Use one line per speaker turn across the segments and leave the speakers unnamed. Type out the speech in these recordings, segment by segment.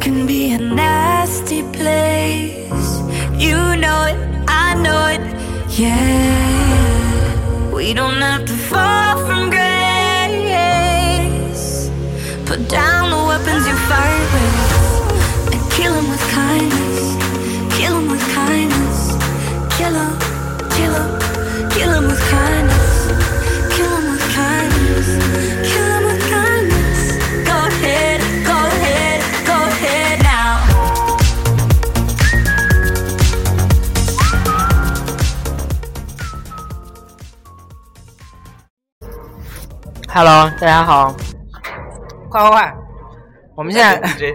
can be a nasty place. You know it, I know it, yeah. We don't have to fall from grace. Put down the weapons you fight with and kill 'em with kindness. Kill 'em with kindness. Kill 'em, kill 'em, kill 'em with kindness. Kill 'em with kindness. Kill 'em with kindness. Go ahead, go ahead, go ahead now.
Hello，大家好，快快快，哎我们现在
DJ，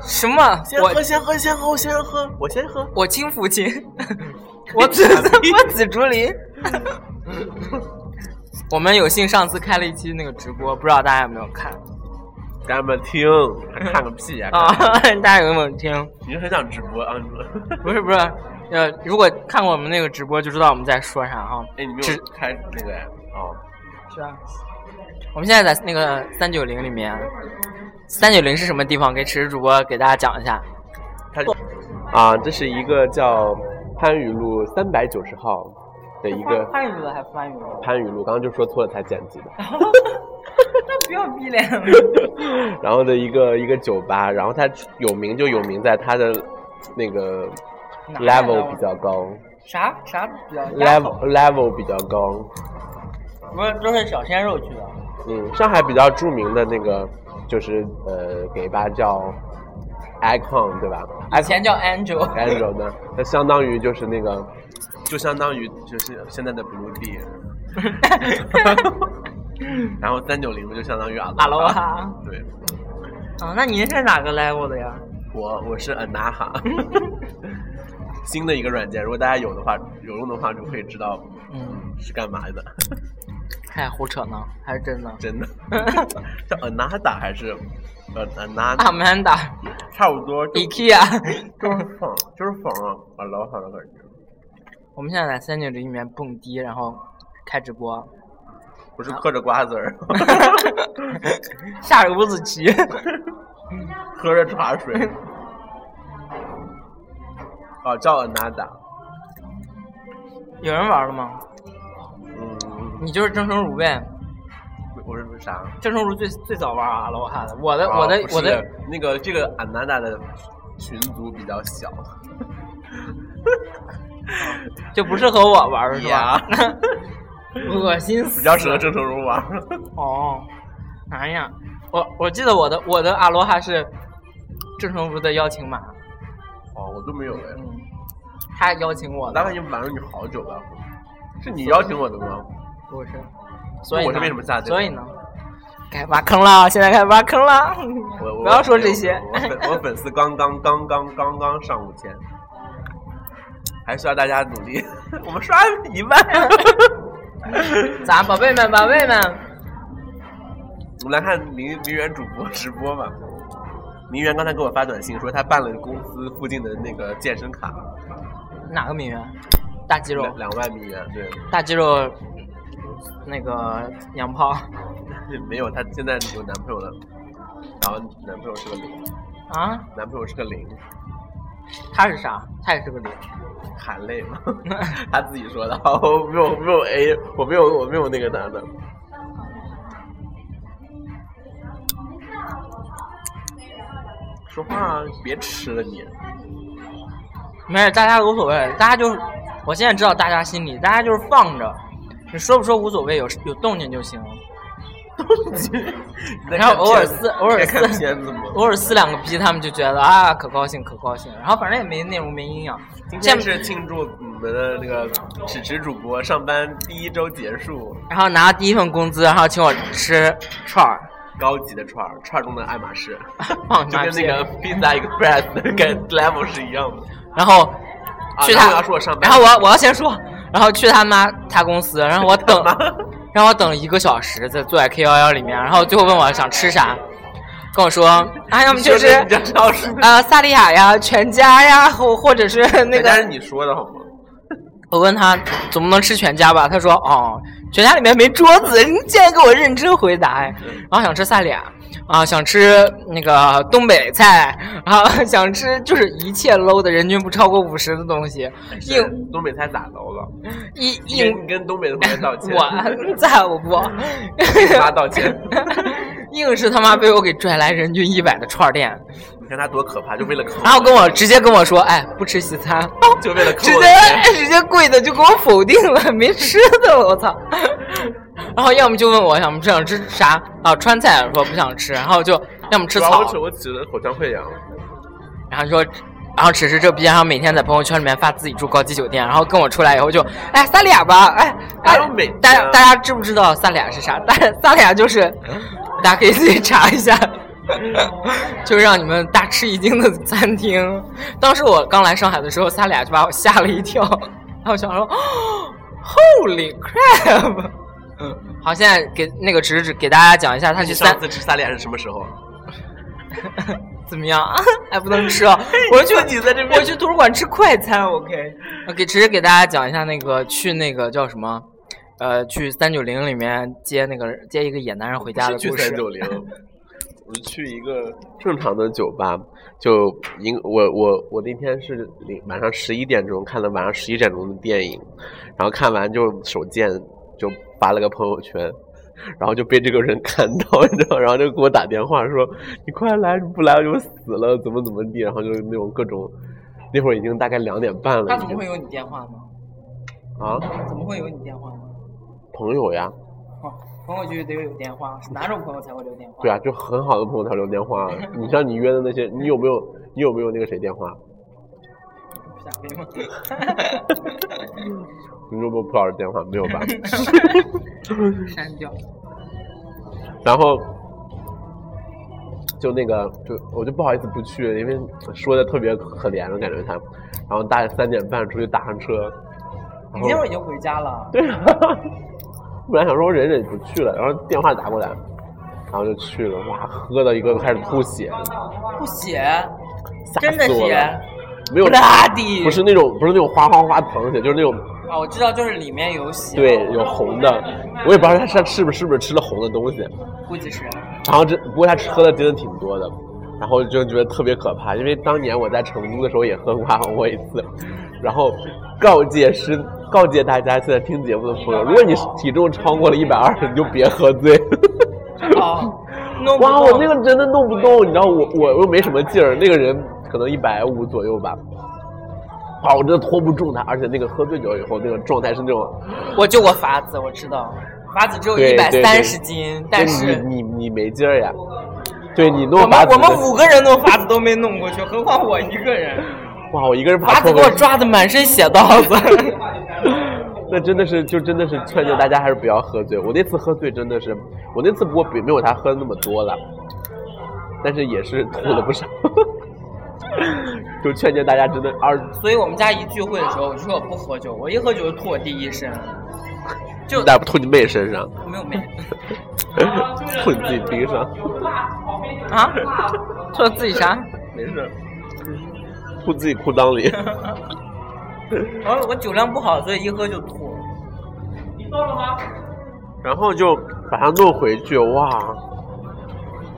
什么？
先喝，
我
先喝，先喝，我先喝，我先喝。
我亲父亲，嗯我子 我紫竹林。我们有幸上次开了一期那个直播，不知道大家有没有看
咱们听，看个屁呀、
啊？ 大家有没有听？
你是很想直播啊？你说，
不是不是，呃，如果看过我们那个直播就知道我们在说啥哈。
哎，你没
直
有开那个呀？哦，
是啊，我们现在在那个三九零里面，三九零是什么地方？给池主播给大家讲一下。
他啊，这是一个叫番禺路三百九十号的一 个
汉语了还是汉语了？
番禺路，刚刚就说错了才剪辑的。
那不要逼脸了。
然后的一个一个酒吧，然后它有名就有名在它的那个
哪来的
level 比较高
啥啥比较压
，level
口
level 比较高。
不是都是小鲜肉去的。
嗯，上海比较著名的那个就是呃，给吧叫 Icon 对吧
以前叫 Angel，
？Angel 呢，它相当于就是那个，就相当于就是现在的 Blue D，然后三九零就相当于阿
哈喽哈。
对，
啊，那您是哪个 level 的呀？
我我是 Anaha，新的一个软件，如果大家有的话有用的话就可以知道
嗯，
是干嘛的，
嗨，哎胡扯呢，还是真的？
真的叫 Anada 还是呃
啊
Anada，
Amanda
差不多就
IKEA，
就是仿，就是仿啊，啊老好的感觉。
我们现在在三九零里面蹦迪，然后开直播，
不是嗑着瓜子儿，
下着五子棋。
喝着茶水。哦，叫 Anada，
有人玩了吗？
嗯，
你就是郑成儒呗？
我是说啥？
郑成儒最最早玩阿罗哈的，我的、
哦
我的
不是
我的
那个这个 Anada 的群组比较小，
就不适合我玩儿是吧？
嗯
恶心死！
比较适合郑成儒玩。
哦，哎呀，我我记得我的我的阿罗哈是郑成儒的邀请码，
哦，我都没有哎，
嗯，他邀请我
我大概已
的，
经玩了你好久了。是你邀请我的吗？
不是，所以呢
我是为什么下这个
所以呢，该挖坑了，现在该挖坑了，
我我
不要说这些。
我粉我粉丝刚刚刚刚刚刚上五千，还需要大家努力。 我们刷一万，
咱宝贝们，宝贝们，
我们来看林林源主播直播吧。林源刚才给我发短信说，他办了公司附近的那个健身卡，
哪个名媛？大肌肉，
两两万名元，对，
大肌肉，那个娘炮
没有，她现在有男朋友了，然后男朋友是个零，
啊，
男朋友是个零，
他是啥？他也是个零。
含泪 嘛，她自己说的，我没有没有 A，我没有我没有那个男的，说话啊别吃了你，
没事，大家无所谓，大家就是，我现在知道大家心里，大家就是放着，你说不说无所谓，有有动静就行，
你在
然后
看
偶尔
片子
撕偶尔
你在看
撕
片 子吗？
偶尔撕两个逼，他们就觉得啊可高兴可高兴，然后反正也没内容没营养。
今
这样
天是庆祝我们的那个迟迟主播上班第一周结束，
然后拿到第一份工资，然后请我吃串儿，
高级的串儿，串儿中的爱 马仕，
放你
就
妈
跟那个
屁
Pizza Express 的 感 level 是一样的。
然后
啊
去
然
他，
后要说我上班
然后我我要先说，然后去他妈他公司，然后我 等
他妈，
让我等一个小时，在坐在 K 幺幺里面，然后最后问我想吃啥，跟我说啊，要么就是
你这是要说，
啊，萨莉亚呀，全家呀， 或或者是那
哎那家是
个，
你说的好吗？
我问他总不能吃全家吧？他说哦，全家里面没桌子，你竟然给我认真回答哎！然后想吃萨莉亚，啊，想吃那个东北菜，啊， 想吃就是一切 low 的，人均不超过五十的东西，
哎
硬
东北菜咋楼了？
硬
你
硬
跟你跟东北的朋友道歉，
我啊在我不，
跟他道歉。
硬是他妈被我给拽来人均一百的串儿店，
你看他多可怕，就为了口，
然后跟啊我直接跟我说，哎，不吃西餐，
就为了口
直。接直接跪的就给我否定了，没吃的了，我操！然后要么就问我想不想吃啥啊，川菜我说不想吃，然后就要么吃
哇我
草
吃，我吃的口腔溃疡了。
然后就说。然后只是这逼，然后每天在朋友圈里面发自己住高级酒店，然后跟我出来以后就，哎，萨莉亚吧，哎，哎
哪有每天啊
大家大家知不知道萨莉亚是啥？大家萨莉亚就是，
嗯
大家可以自己查一下，就是让你们大吃一惊的餐厅。当时我刚来上海的时候，萨莉亚就把我吓了一跳，然后我想说、哦、，Holy crap！好，现在给那个侄子给大家讲一下，他
你
去三
上次吃萨莉亚是什么时候？
怎么样？还不能吃哦！我去，你在这 边，我去图书馆吃快餐，OK？我给直接给大家讲一下那个去那个叫什么，呃，去三九零里面接那个接一个野男人回家的
是去
故
三
事。啊
九零，我是去一个正常的酒吧，就因我我我那天是零晚上十一点钟看了晚上十一点钟的电影，然后看完就手贱就发了个朋友圈。然后就被这个人看到， 你知道，然后就给我打电话说：“你快来，你不来我就死了，怎么怎么地。”然后就是那种各种，那会儿已经大概两点半了。
他
已
怎么
经
会有你电话呢？
啊？
怎么会有你电话呢？
哦朋友呀，
哦，朋友就得有电话，是哪种朋友才会留电话？
对啊，就很好的朋友才留电话。你像你约的那些，你有没有你有没有那个谁电话？啊
傻逼 吗？
你有没有蒲老师电话？没有吧？
删掉。
然后就那个，就我就不好意思不去，因为说的特别可怜了，感觉他。然后大概三点半出去打上车，
你那会儿已经回家了，
对啊，本来想说我忍忍不去了，然后电话打过来，然后就去了，哇，喝到一个开始吐血，
不 写，
吓
真的
死我
血
了。没有，
，bloody
不是那种不是那种哗哗哗淌血，就是那种
啊！我知道，就是里面有血，
对，有红的，我也不知道他是是不是是不是吃了红的东西，
估计是。
然后这不过他吃喝的真的挺多的，然后就觉得特别可怕，因为当年我在成都的时候也喝花红过一次，然后告诫是告诫大家现在听节目的朋友，如果你体重超过了一百二，你就别喝 醉。
哦，弄不
哇，
动
我那个真的弄不动，你知道我我又没什么劲儿，那个人可能一百五左右吧。哇，我真的拖不住他，而且那个喝醉酒以后那个状态是那种，
我救过法子，我知道，法子只有一
对
百
对
三
对
十斤，但是
哎你你你没劲儿呀，对你弄
我
法
们
子
我
的
们五个人弄法子都没弄过去，何况我一个 人，
哇，我一个人爬
法子
窗
给
户
我抓的满身血道 子。
那真的是，就真的是劝诫大家还是不要喝醉。我那次喝醉真的是，我那次不过比没有他喝的那么多了，但是也是吐了不少。 就劝诫大家真的二，
所以我们家一聚会的时候，我就说我不喝酒，我一喝酒就吐我第一身，就
你咋不吐你妹身上？
没有没
吐你自己鼻上？
啊，说自己啥？
没事，吐自己裤裆里。
我我酒量不好，所以一喝就吐。
然后就把他弄回去，哇！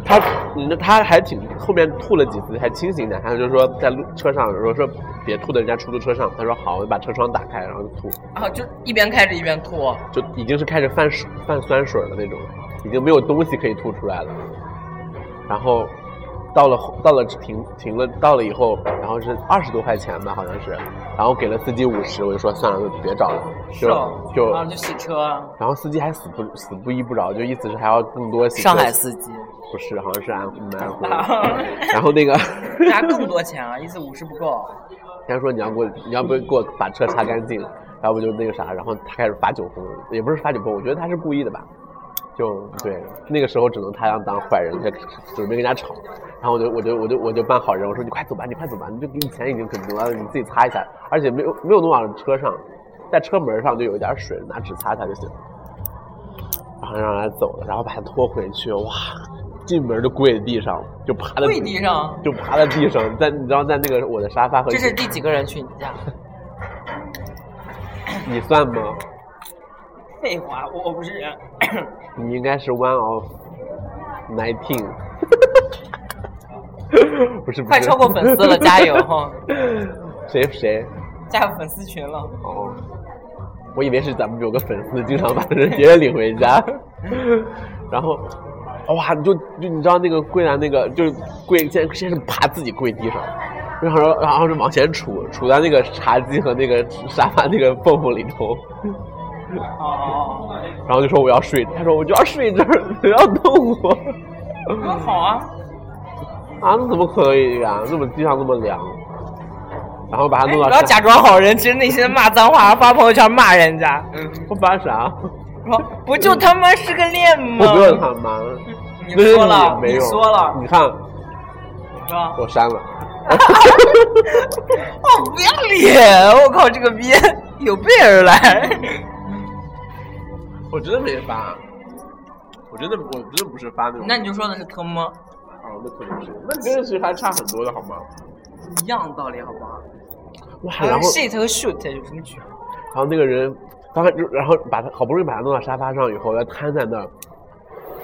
他，那他还挺后面吐了几次，还清醒点。他就说在路车上，我说别吐在人家出租车上。他说好，我就把车窗打开，然后就吐，
啊，就一边开着一边吐，
就已经是开始泛水、泛酸水的那种，已经没有东西可以吐出来了。然后到了后到了停停了到了以后，然后是二十多块钱吧，好像是，然后给了司机五十，我就说算了，就别找了，就是
哦
就
啊就洗车，
然后司机还死不死不依不饶，就意思是还要更多洗车
上海司 机，
不是，好像是安徽安徽。
啊
然后那个，
拿更多钱啊，一次五十不够。
他说你要给我，你要不给我把车擦干净，然后我就那个啥，然后他开始发酒疯，也不是发酒疯，我觉得他是故意的吧。就对，那个时候只能他要当坏人，在准备跟人家吵，然后我就我就我就我就扮好人，我说你快走吧，你快走吧，你就给你钱已经很多了，你自己擦一下，而且没有没有弄往车上，在车门上就有一点水，拿纸擦一下就行。然后让他走了，然后把他拖回去，哇，进门就跪地上，就趴在
跪地上
就趴在地上，在你知道在那个我的沙发和
这是第几个人去你家？
你算吗？
废话，我我不是 人。
你应该是 one of nineteen，不是不是，
快超过粉丝了加油 哈！
谁谁？
加入粉丝群了，
哦，我以为是咱们有个粉丝经常把人别人领回家， 然后。哇，你就就你知道那个跪在那个就是跪，先先是爬自己跪地上，然后然后就往前杵，杵在那个茶几和那个沙发那个缝缝里头，
哦，
然后就说我要睡，他说我就要睡这儿，不要动我。
那好 啊，
啊，那怎么可以呀、那么地上那么凉，然后把它
哎
弄
不
到
要
沙
假装好人，其实内心骂脏话，发朋友圈骂人 家，
我发啥？
说不就他妈是个恋
我
吗？
不用他妈。
嗯你
那是
说了，
没有
你说了，
你看
你说。
我删了。
哦，不要脸！我靠，这个逼有备而来。
我真的没发，我真的我真的不是发那种
那你就说的是他妈
哦，那可能是，那真的是还差很多的好吗？
一样的道理，好不好？
哇，
还有
然后
shit 和 shoot 有什么区别？
然后那个人刚开始，然后把他好不容易把他弄到沙发上以后，要瘫在那儿，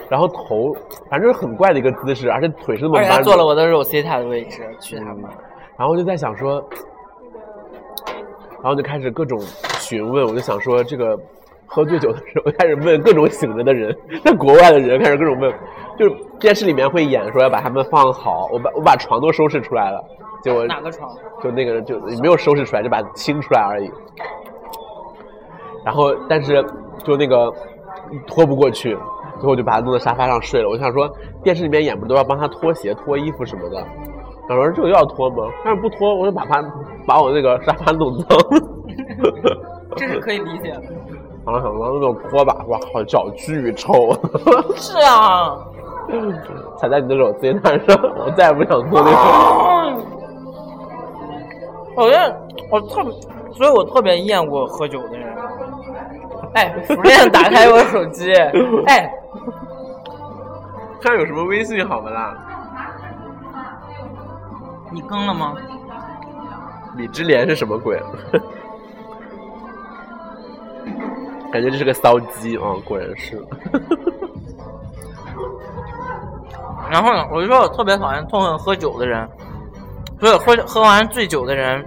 然后头反正是很怪的一个姿势，而且腿是那么
而且他
弯
坐
着
了我的 Rosita 的位置，去他
嗯
妈！
然后我就在想说，然后就开始各种询问，我就想说这个喝醉酒的时候开始问各种醒着的人，在国外的人开始各种问，就是电视里面会演说要把他们放好，我把我把床都收拾出来了，结果
哪个床？
就那个人就没有收拾出来，就把它清出来而已。然后，但是就那个拖不过去，最后就把他弄到沙发上睡了。我想说，电视里面演不都要帮他脱鞋、脱衣服什么的？他说这个要脱吗？但是不脱，我就把他把我那个沙发弄脏。
这是可以理解的。
然后想说那就脱吧，哇靠，脚巨臭，
是啊，
踩在你的手贼难受，我再也不想做那个。
嗯我觉得我特别，所以我特别厌恶喝酒的人。哎，熟练打开我手机。哎，
看有什么微信好不啦？
你更了吗？
米之莲是什么鬼？ 感觉这是个骚鸡啊、哦果然是。
然后呢，我就说我特别讨厌痛恨喝酒的人，所以喝喝完醉酒的人，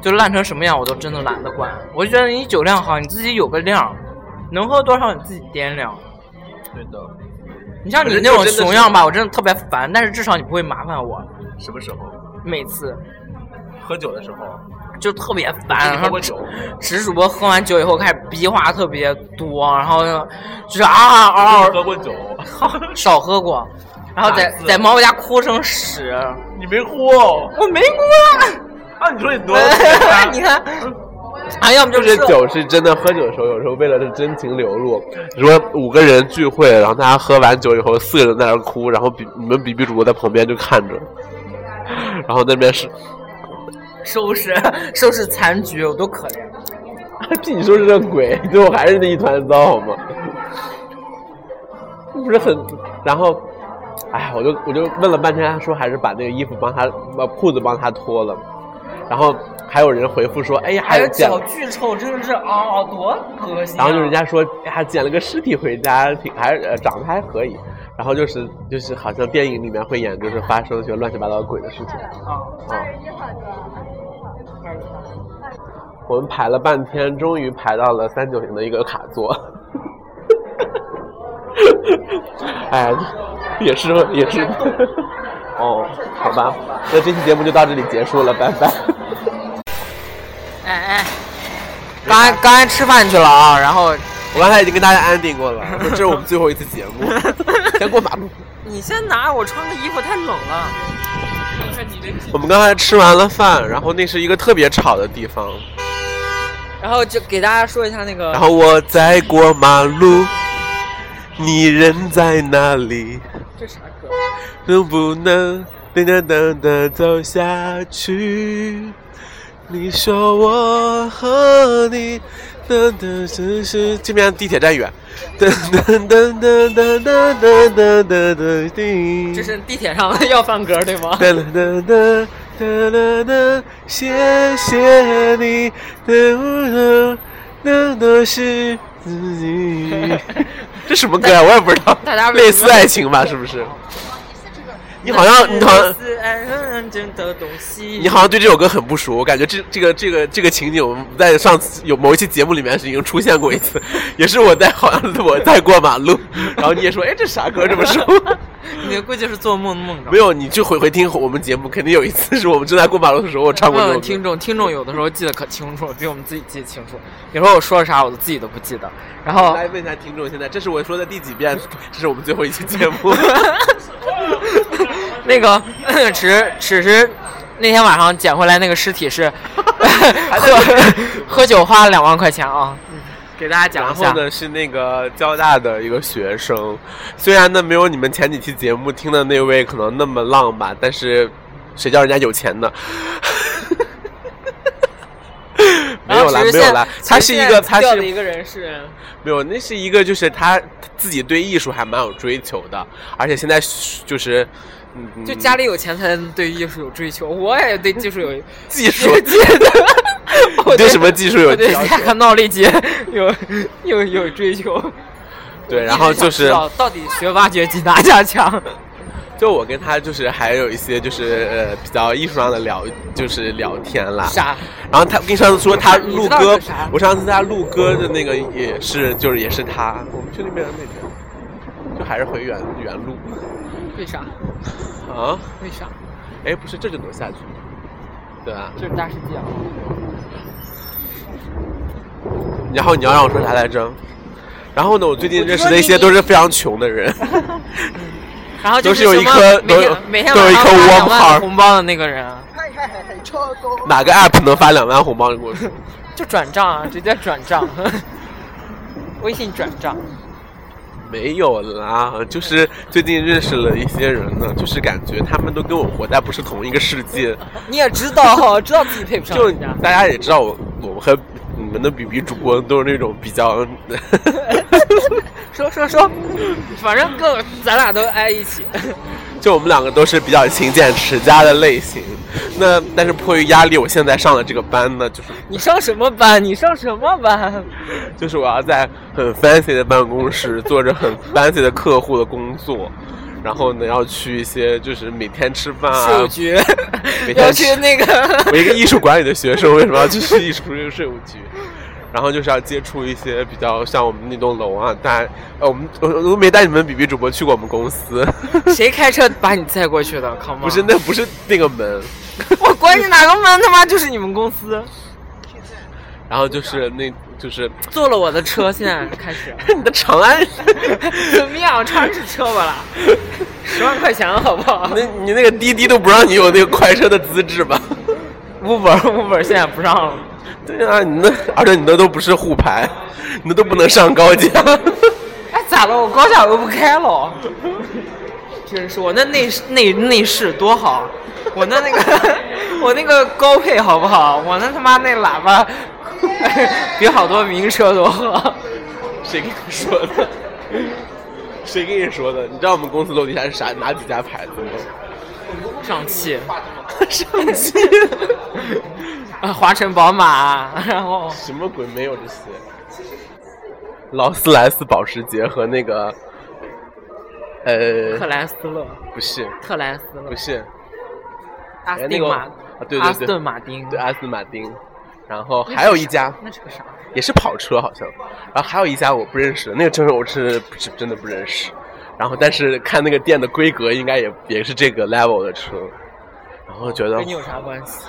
就烂成什么样我都真的懒得管。我就觉得你酒量好，你自己有个量，能喝多少你自己掂量。
对的，
你像你那种熊样吧，我真的特别烦，但是至少你不会麻烦我。
什么时候？
每次
喝酒的时候。
就特别烦，然后
酒。
直主播喝完酒以后开始逼话特别多，然后呢就是啊啊嗷嗷，
过酒。
少喝过，然后在
哪次
在猫家哭成屎，
你没哭哦？
我没哭啊。
啊，你说你
你看，啊，要么就
啊就是是酒是真的，喝酒的时候有时候为了这真情流露，如果五个人聚会，然后大家喝完酒以后，四个人在那儿哭，然后比你们比比主播在旁边就看着，然后那边是，
收拾收拾残局，有多可怜。啊
屁你说是个鬼，最后还是那一团糟好吗？不是很，然后，哎，我就我就问了半天，他说还是把那个衣服帮他把裤子帮他脱了，然后还有人回复说，哎呀，
还有
捡
脚巨臭，真的是嗷嗷，多恶心、啊。
然后就人家说，哎呀，捡了个尸体回家，挺还呃长得还可以。然后就是就是好像电影里面会演，就是发生一些乱七八糟的鬼的事情啊。
啊，
我们排了半天，终于排到了三九零的一个卡座。哎，也是也是，哦，好吧，那这期节目就到这里结束了，拜拜。
哎哎，刚才刚才吃饭去了啊，然后
我刚才已经跟大家安定过了，说这是我们最后一次节目，先过马路。
你先拿，我穿个衣服太冷了。
我们刚才吃完了饭，然后那是一个特别吵的地方，
然后就给大家说一下那个，
然后我在过马路，你人在哪里？
这啥歌？
能不能噔噔噔噔走下去？你说我和你噔噔是是，这边地铁站远，噔噔噔噔噔噔噔噔噔噔
这
噔。
是地铁上的要饭歌对吗？
哒啦哒哒哒啦哒，谢谢你，的我的那都是自己。这什么歌呀、我也不知道
大家。为
类
什
似
么
爱情吧？是不是？你好像，你好像，你
你
好像对这首歌很不熟。我感觉这这个这个这个情景，我们在上次有某一期节目里面是已经出现过一次，也是我在好像我在过马路，然后你也说，哎，这啥歌这么熟？
你估计是做梦梦着。
没有，你去回回听我们节目，肯定有一次是我们正在过马路的时候，我唱过
问
这首
问
歌。
嗯听众，听众有的时候记得可清楚，比我们自己记得清楚。有时候我说了啥，我都自己都不记得。然 后
来问一下听众，现在这是我说的第 几遍？这是我们最后一期节目。
那个 只只是那天晚上捡回来那个尸体 是喝 喝酒花了两万块钱啊，给大家讲
然
一
后
下。
呢，是那个交大的一个学生，虽然呢没有你们前几期节目听的那位可能那么浪吧，但是谁叫人家有钱 呢？没有啦，没有啦，他是一个，他是
个人是
没有，那是一个就是他自己对艺术还蛮有追求的，而且现在就是，嗯，
就家里有钱才能对艺术有追求，我也对技术有
技术
技术我
你对什么技术有
我对
要求
下个脑力节有有有追求。
对，然后就
一直
是
想知道到底学挖掘机哪家强？
就我跟他就是还有一些就是呃比较艺术上的聊，就是聊天啦。
啥？
然后他跟上次说他录
你知道
歌
是啥，
我上次他录歌的那个也是就是也是他，我们去那边那边，就还是回原原路
为啥？
啊？
为啥？
哎，不是这就能下去，对吧？
这是大世界啊！
然后你要让我说啥来着？然后呢，我最近认识的一些都是非常穷的人，
然后就
都是有
什
一
么
颗
每天
都
每天
都有一颗
晚上发
窝
两万
盘儿
的红包的那个人啊，
哪个 app 能发两万红包？你给我说。
就转账啊，直接转账， 微信转账。
没有啦，就是最近认识了一些人呢，就是感觉他们都跟我活在不是同一个世界。
你也知道，知道自己配不上
就
人家。
大家也知道我，我和你们的比比主播都是那种比较，
说说说，反正各咱俩都挨一起。
就我们两个都是比较勤俭持家的类型。那但是迫于压力，我现在上了这个班呢，就是
你上什么班？你上什么班？
就是我要在很 fancy 的办公室做着很 fancy 的客户的工作，然后呢要去一些就是每天吃饭
税务
啊，
局
每，天
要去那 个
我一个艺术管理的学生，为什么要去市艺术税务局？然后就是要接触一些比较像我们那栋楼啊，大家呃，我们我我都没带你们比比主播去过我们公司，
谁开车把你载过去的？康吗？
不是那不是那个门，
我管你哪个门，他妈就是你们公司
然后就是那就是
坐了我的车，现在开始
你的长安，
怎么样？长是车吧啦，十万块钱好不好
啊那你那个滴滴都不让你有那个快车的资质吧？
？Uber Uber 现在不让了，
对啊，你那而且你那都不是沪牌，你那都不能上高架。
哎咋了？我高架都不开了，真是我那内饰内内饰多好，啊我那那个 我那个高配好不好？我那他妈那喇叭 比好多名车都好。
谁跟你说的？谁跟你说的？你知道我们公司楼底下是啥哪几家牌子吗？
上 汽，上汽，啊，华晨宝马，然后
什么鬼？没有这些。劳斯莱斯、保时捷和那个，
特
呃，
莱斯勒，
不是，
特莱斯勒
不，是，
阿
哎
斯
那
顿
个
马
啊，对对对
阿斯顿马丁，
对，阿斯顿马丁，然后还有一家，
那是个啥？
也是跑车好像，然后还有一家我不认识，那个车我是不是真的不认识。然后但是看那个店的规格，应该也也是这个 level 的车，然后觉得
哎跟你有啥关系？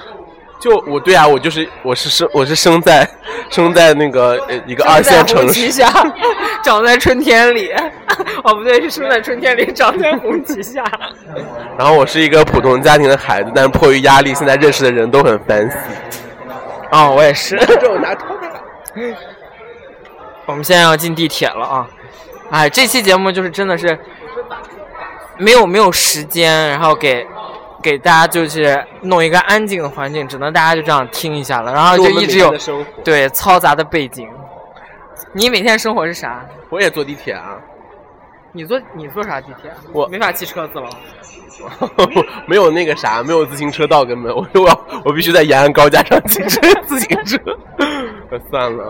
就我对啊，我就是我是生我是生在生在那个呃一个 二线城市，
长啊在红旗下， 长在春天里。 哦，不对，是生在春天里，长在红旗下。
然后我是一个普通家庭的孩子，但是迫于压力，现在认识的人都很 fancy。
哦，我也是。
这我拿拖的。
我们现在要进地铁了啊！哎，这期节目就是真的是没有没有时间，然后给给大家就是弄一个安静的环境，只能大家就这样听一下了。然后就一直有
就我们每天的生活
对嘈杂的背景。你每天生活是啥？
我也坐地铁啊，
你坐你坐啥地铁？
我
没法骑车子了。
没有那个啥，没有自行车道，根本我我要 我必须在延安高架上骑车自行车。 呃算了，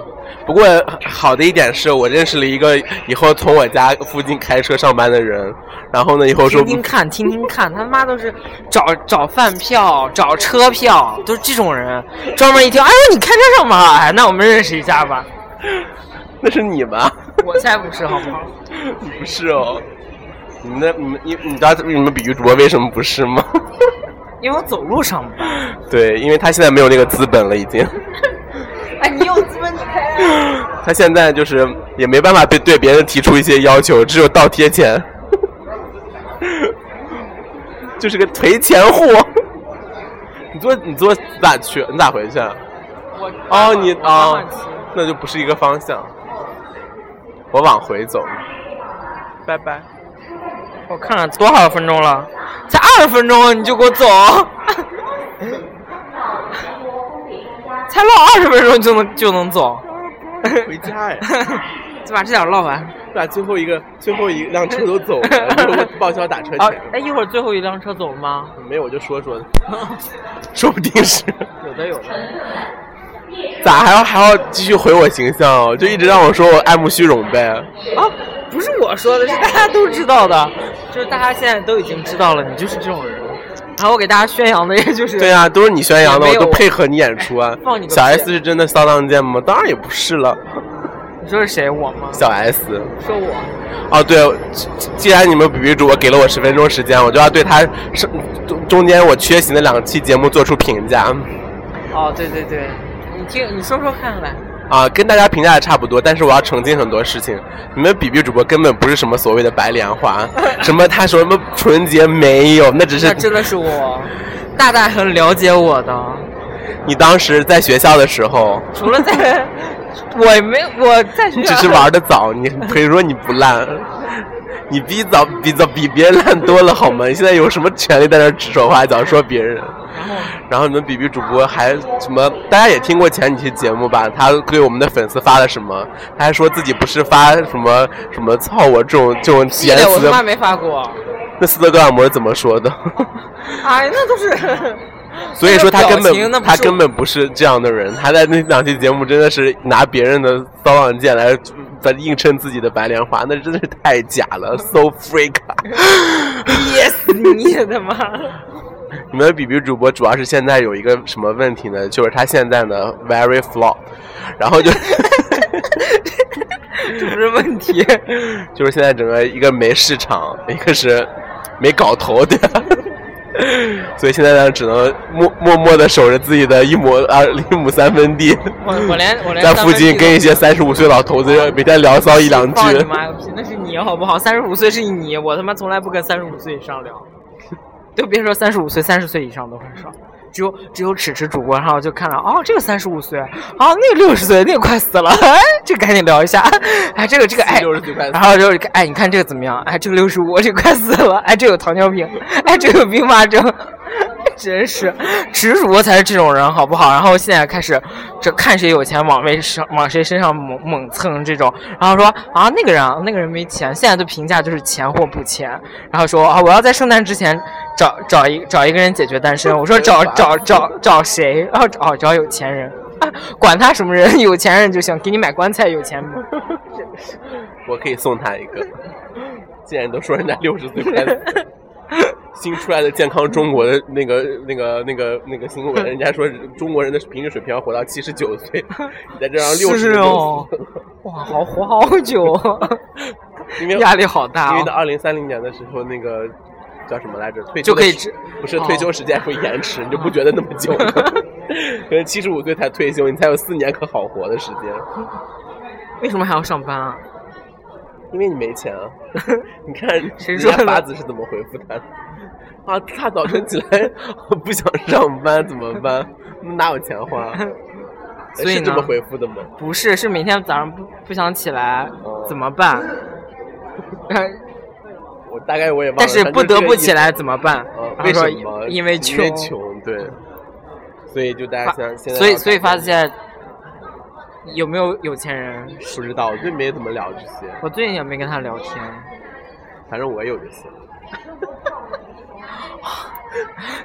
不过好的一点是我认识了一个以后从我家附近开车上班的人，然后呢以后说
听听看，听听看，他妈都是找找饭票、找车票，都是这种人，专门一听，哎呦，你开车上班啊，哎，那我们认识一下吧。
那是你吧？
我才不是，好不好？
你不是哦，你们的你们你你知道你们比喻主播为什么不是吗？
因为我走路上班。
对，因为他现在没有那个资本了，已经。
哎，你有资本你开啊？
他现在就是也没办法对对别人提出一些要求，只有倒贴钱， 就是个赔钱货。你坐你坐你咋去？你咋回去啊？
我
哦，你
我妈
哦
妈骑，
那就不是一个方向。我往回走，拜拜。
我看看多少分钟了，才二十分钟你就给我走，才唠二十分钟就能就能走，
回家哎，
就把这点唠完。
把最后一个最 后一辆车都走了，然后报销打车
啊
钱。，
哎，一会儿最后一辆车走了吗？
没有我就说说，说不定是。
有的有的。
咋还要还要继续毁我形象哦？就一直让我说我爱慕虚荣呗。
啊，不是我说的，是大家都知道的，就是大家现在都已经知道了，你就是这种人。然后我给大家宣扬的也就是
对啊，都是你宣扬的，
也
我
没有
都配合你演出啊
哎。 放你个屁
小 S 是真的骚浪贱吗？当然也不是了，
你说是谁我吗？
小 S。
说我，
哦，对，既既然你们比喻主播给了我十分钟时间，我就要对他是中中间我缺席的两期节目做出评价
哦，对对对，你听你说说看来，
啊，跟大家评价的差不多，但是我要澄清很多事情。你们比喻主播根本不是什么所谓的白莲 花，什么他说什么纯洁没有，那只是
那真的是 我，大大很了解我的。
你当时在学校的时候，
除了 在，我没我在学
你
校
只是玩的早， 你可以说你不烂， 你比早比早比别人烂多了好吗？你现在有什么权利在那儿指手画脚说别人？然后你们比比主播还什么？大家也听过前几期节目吧？他对我们的粉丝发了什么？他还说自己不是发什么什么操我这种这 种
记
言
得我
辞
他妈
的。
没发过，
那斯德哥尔摩是怎么说的？
哎，那都是。
所以说他根
那个表情那
本
不是
他根本不是这样的人，他在那两期节目真的是拿别人的骚浪贱来在硬撑自己的白莲花，那真的是太假了，so freak。
憋死你他妈！
你们的比比主播主要是现在有一个什么问题呢？就是他现在呢 very flop，然 后就
这不是问题，
就是现在整个一个没市场，一个是没搞头，对吧？ 所以现在呢，只能默默默的守着自己的一亩二一亩三分地。
我我连我连
在附近跟一些三十五岁老头子每天聊骚一两句
放，你妈个屁！那是你好不好？三十五岁是你，我他妈从来不跟三十五岁以上聊， 都别说三十五岁，三十岁以上都很少。只有只有迟迟主播，然后就看到哦，这个三十五岁，哦，那个六十岁，那个快死了，哎，这个赶紧聊一下，哎，这个这个哎，
60岁快死
然后就是哎，你看这个怎么样？哎，这个六十五，这个快死了，哎，这个有糖尿病，哎，这个有并发症，真是迟主播才是这种人，好不好？然后现在开始这看谁有钱往谁上往谁身上猛猛蹭这种，然后说啊那个人啊那个人没钱，现在的评价就是钱或不钱，然后说啊我要在圣诞之前找找一找一个人解决单身，我说找找找找谁？然后找哦找有钱人。啊管他什么人，有钱人就行，给你买棺材，有钱吗？
我可以送他一个。既然都说人家六十岁快死，新出来的健康中国的那个那个那个那个新闻，人家说中国人的平均水平要活到七十九岁，你在这让六
是
十，
哦，哇，好活好久哦，
因为
压力好大、
因为到
哦。
二零三零年的时候，那个叫什么来着？退
就
休的
可以
时
知
不是
哦
退休时间会延迟，你就不觉得那么久了？ 可能七十五岁才退休，你才有四年可好活的时间。
为什么还要上班啊？
因为你没 钱啊！你看
谁
人
说
家
的
法子是怎么回复他的？啊，大早晨起来 我不想上班怎么办？哪有钱花？
所以
是
呢
这么回复的吗？
不是，是每天早上不不想起来
哦
怎么 办？呃
我大概我也忘了，
但是
反正
不得
这个
不
意思
起。来怎么办
啊？
然后
为
说
什么？
因为穷
穷，因为，穷，对。所以就大家
发
现在现在
所以
要
所以发
看
现有没有有钱人？
不知道，我就没怎么聊这些。
我最近也没跟他聊天，
反正我也有这次。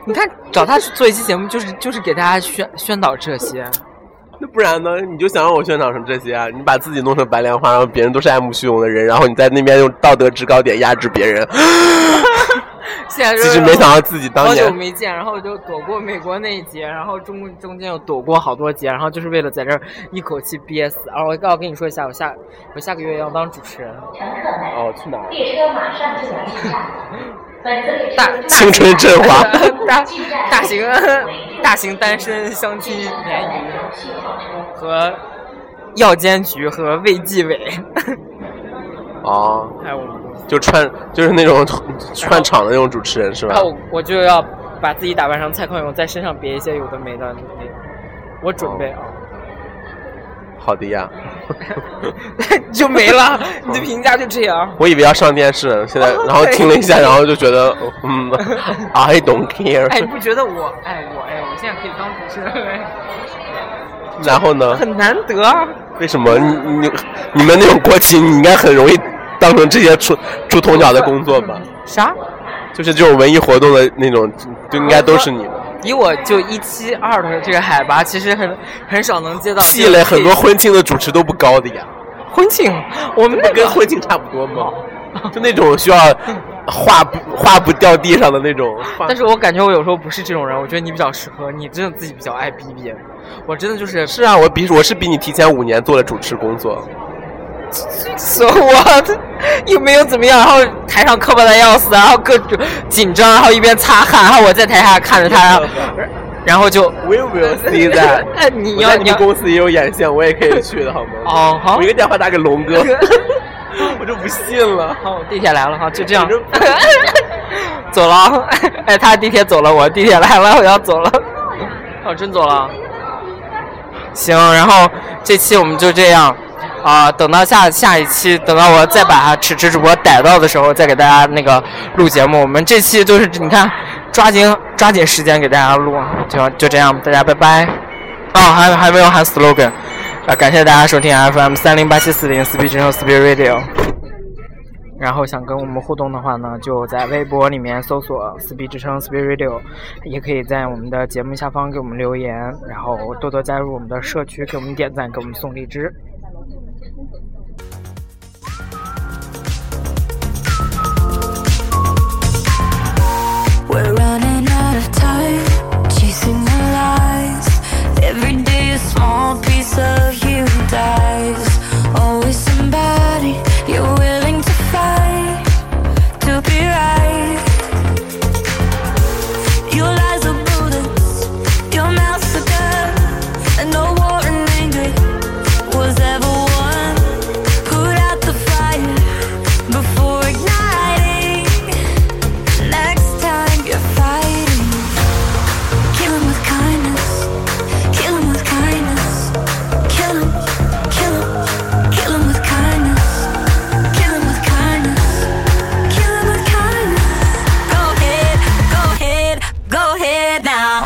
你看，找他做一期节目，就是就是给大家宣宣导这些。
那不然呢？你就想让我宣导成这些啊？你把自己弄成白莲花，然后别人都是爱慕虚荣的人，然后你在那边用道德制高点压制别人。
现在就
其
是
实没想到自己当
好久
年
没见，然后就躲过美国那一劫，然后中中间又躲过好多劫，然后就是为了在这儿一口气憋死。而我要跟你说一下，我下我下个月要当主持人，
哦去哪儿？
列车马上就要进站，本次列
大
车
大
青春振华，
大大型 大型单身相亲联谊和药监局和卫计委，
哦，
哎我
就串就是那种 串场的那种主持人是吧
哎？我我就要把自己打扮成蔡康永，在身上别一些有的没的那个，我准备 啊。
好的呀，
就没了，你的评价就这样。
我以为要上电视，现
哦
在然后听了一下，然后就觉得嗯，I don't
哎，你
care。
不觉得我哎我哎，我现在可以当主持人了，
然后呢？
很难得啊。
为什么你你你们那种国企，你应该很容易当成这些出出头鸟的工作吧？
嗯啥？
就是这种文艺活动的那种，就应该都是你们。
以我就一七二的这个海拔，其实很很少能接到这
屁
个
嘞，
类。
很多婚庆的主持都不高的呀，
婚庆，我们那
跟
个
婚庆差不多吗？就那种需要话不话不掉地上的那种话
但。是我感觉我有时候不是这种人，我觉得你比较适合，你真的自己比较爱逼逼。我真的就是
是啊，我比我是比你提前五年做了主持工作，
说我又没有怎么样，然后台上磕巴的要死，然后各种紧张，然后一边擦汗，然后我在台下看着他， 然后然后就
Will 哎 will see that
呃你
我
要
在
你
你
要
们公司也有眼线，我也可以去的好吗？
哦好
我一个电话打给龙 哥，我就不信了。
好，地铁来了哈，就这样
你这，
走了啊。哎，他地铁走了，我地铁来了，我要走了。哦，真走了。行，然后这期我们就这样啊、等到下下一期，等到我再把迟迟主播逮到的时候，再给大家那个录节目。我们这期就是你看，抓紧抓紧时间给大家录，啊就就这样，大家拜拜。哦，还还没有喊 slogan，啊，感谢大家收听 FM 三零八七四零四 B 之声四 B Radio。然后想跟我们互动的话呢，就在微博里面搜索“撕逼之声 ”（Speed Radio），也可以在我们的节目下方给我们留言，然后多多加入我们的社区，给我们点赞，给我们送荔枝。
We're running out of time, chasing the lies. Every day a small piece of you dies. Always somebody you're willing to fight to be right. Your lies are bullets, your mouth's a gun, and no war in anger was ever won. Put out the fire before igniting. Next time you're fighting, kill him with kindness, kill him with kindness, kill him, kill him, kill him with kindness, kill him with kindness, kill him with kindness. Go ahead, go ahead, go ahead now.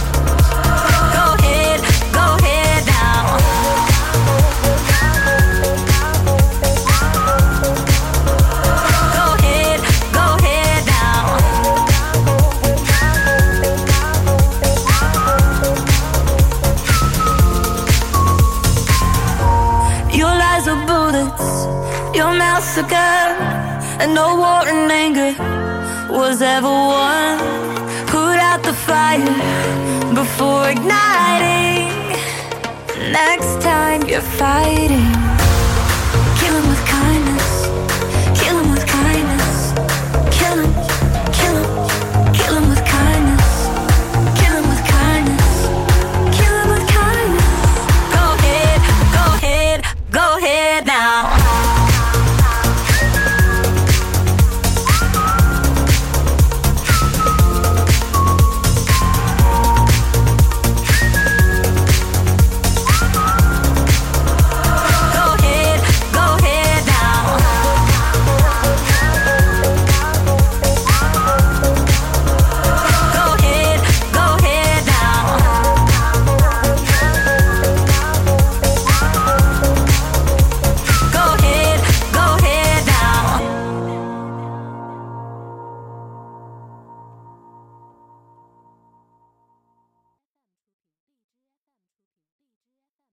Go ahead, go ahead now. Go ahead, go ahead now. Your lies are bullets, your mouth's a gun, and no war in anger was ever won. Put out the fire before igniting. Next time you're fighting.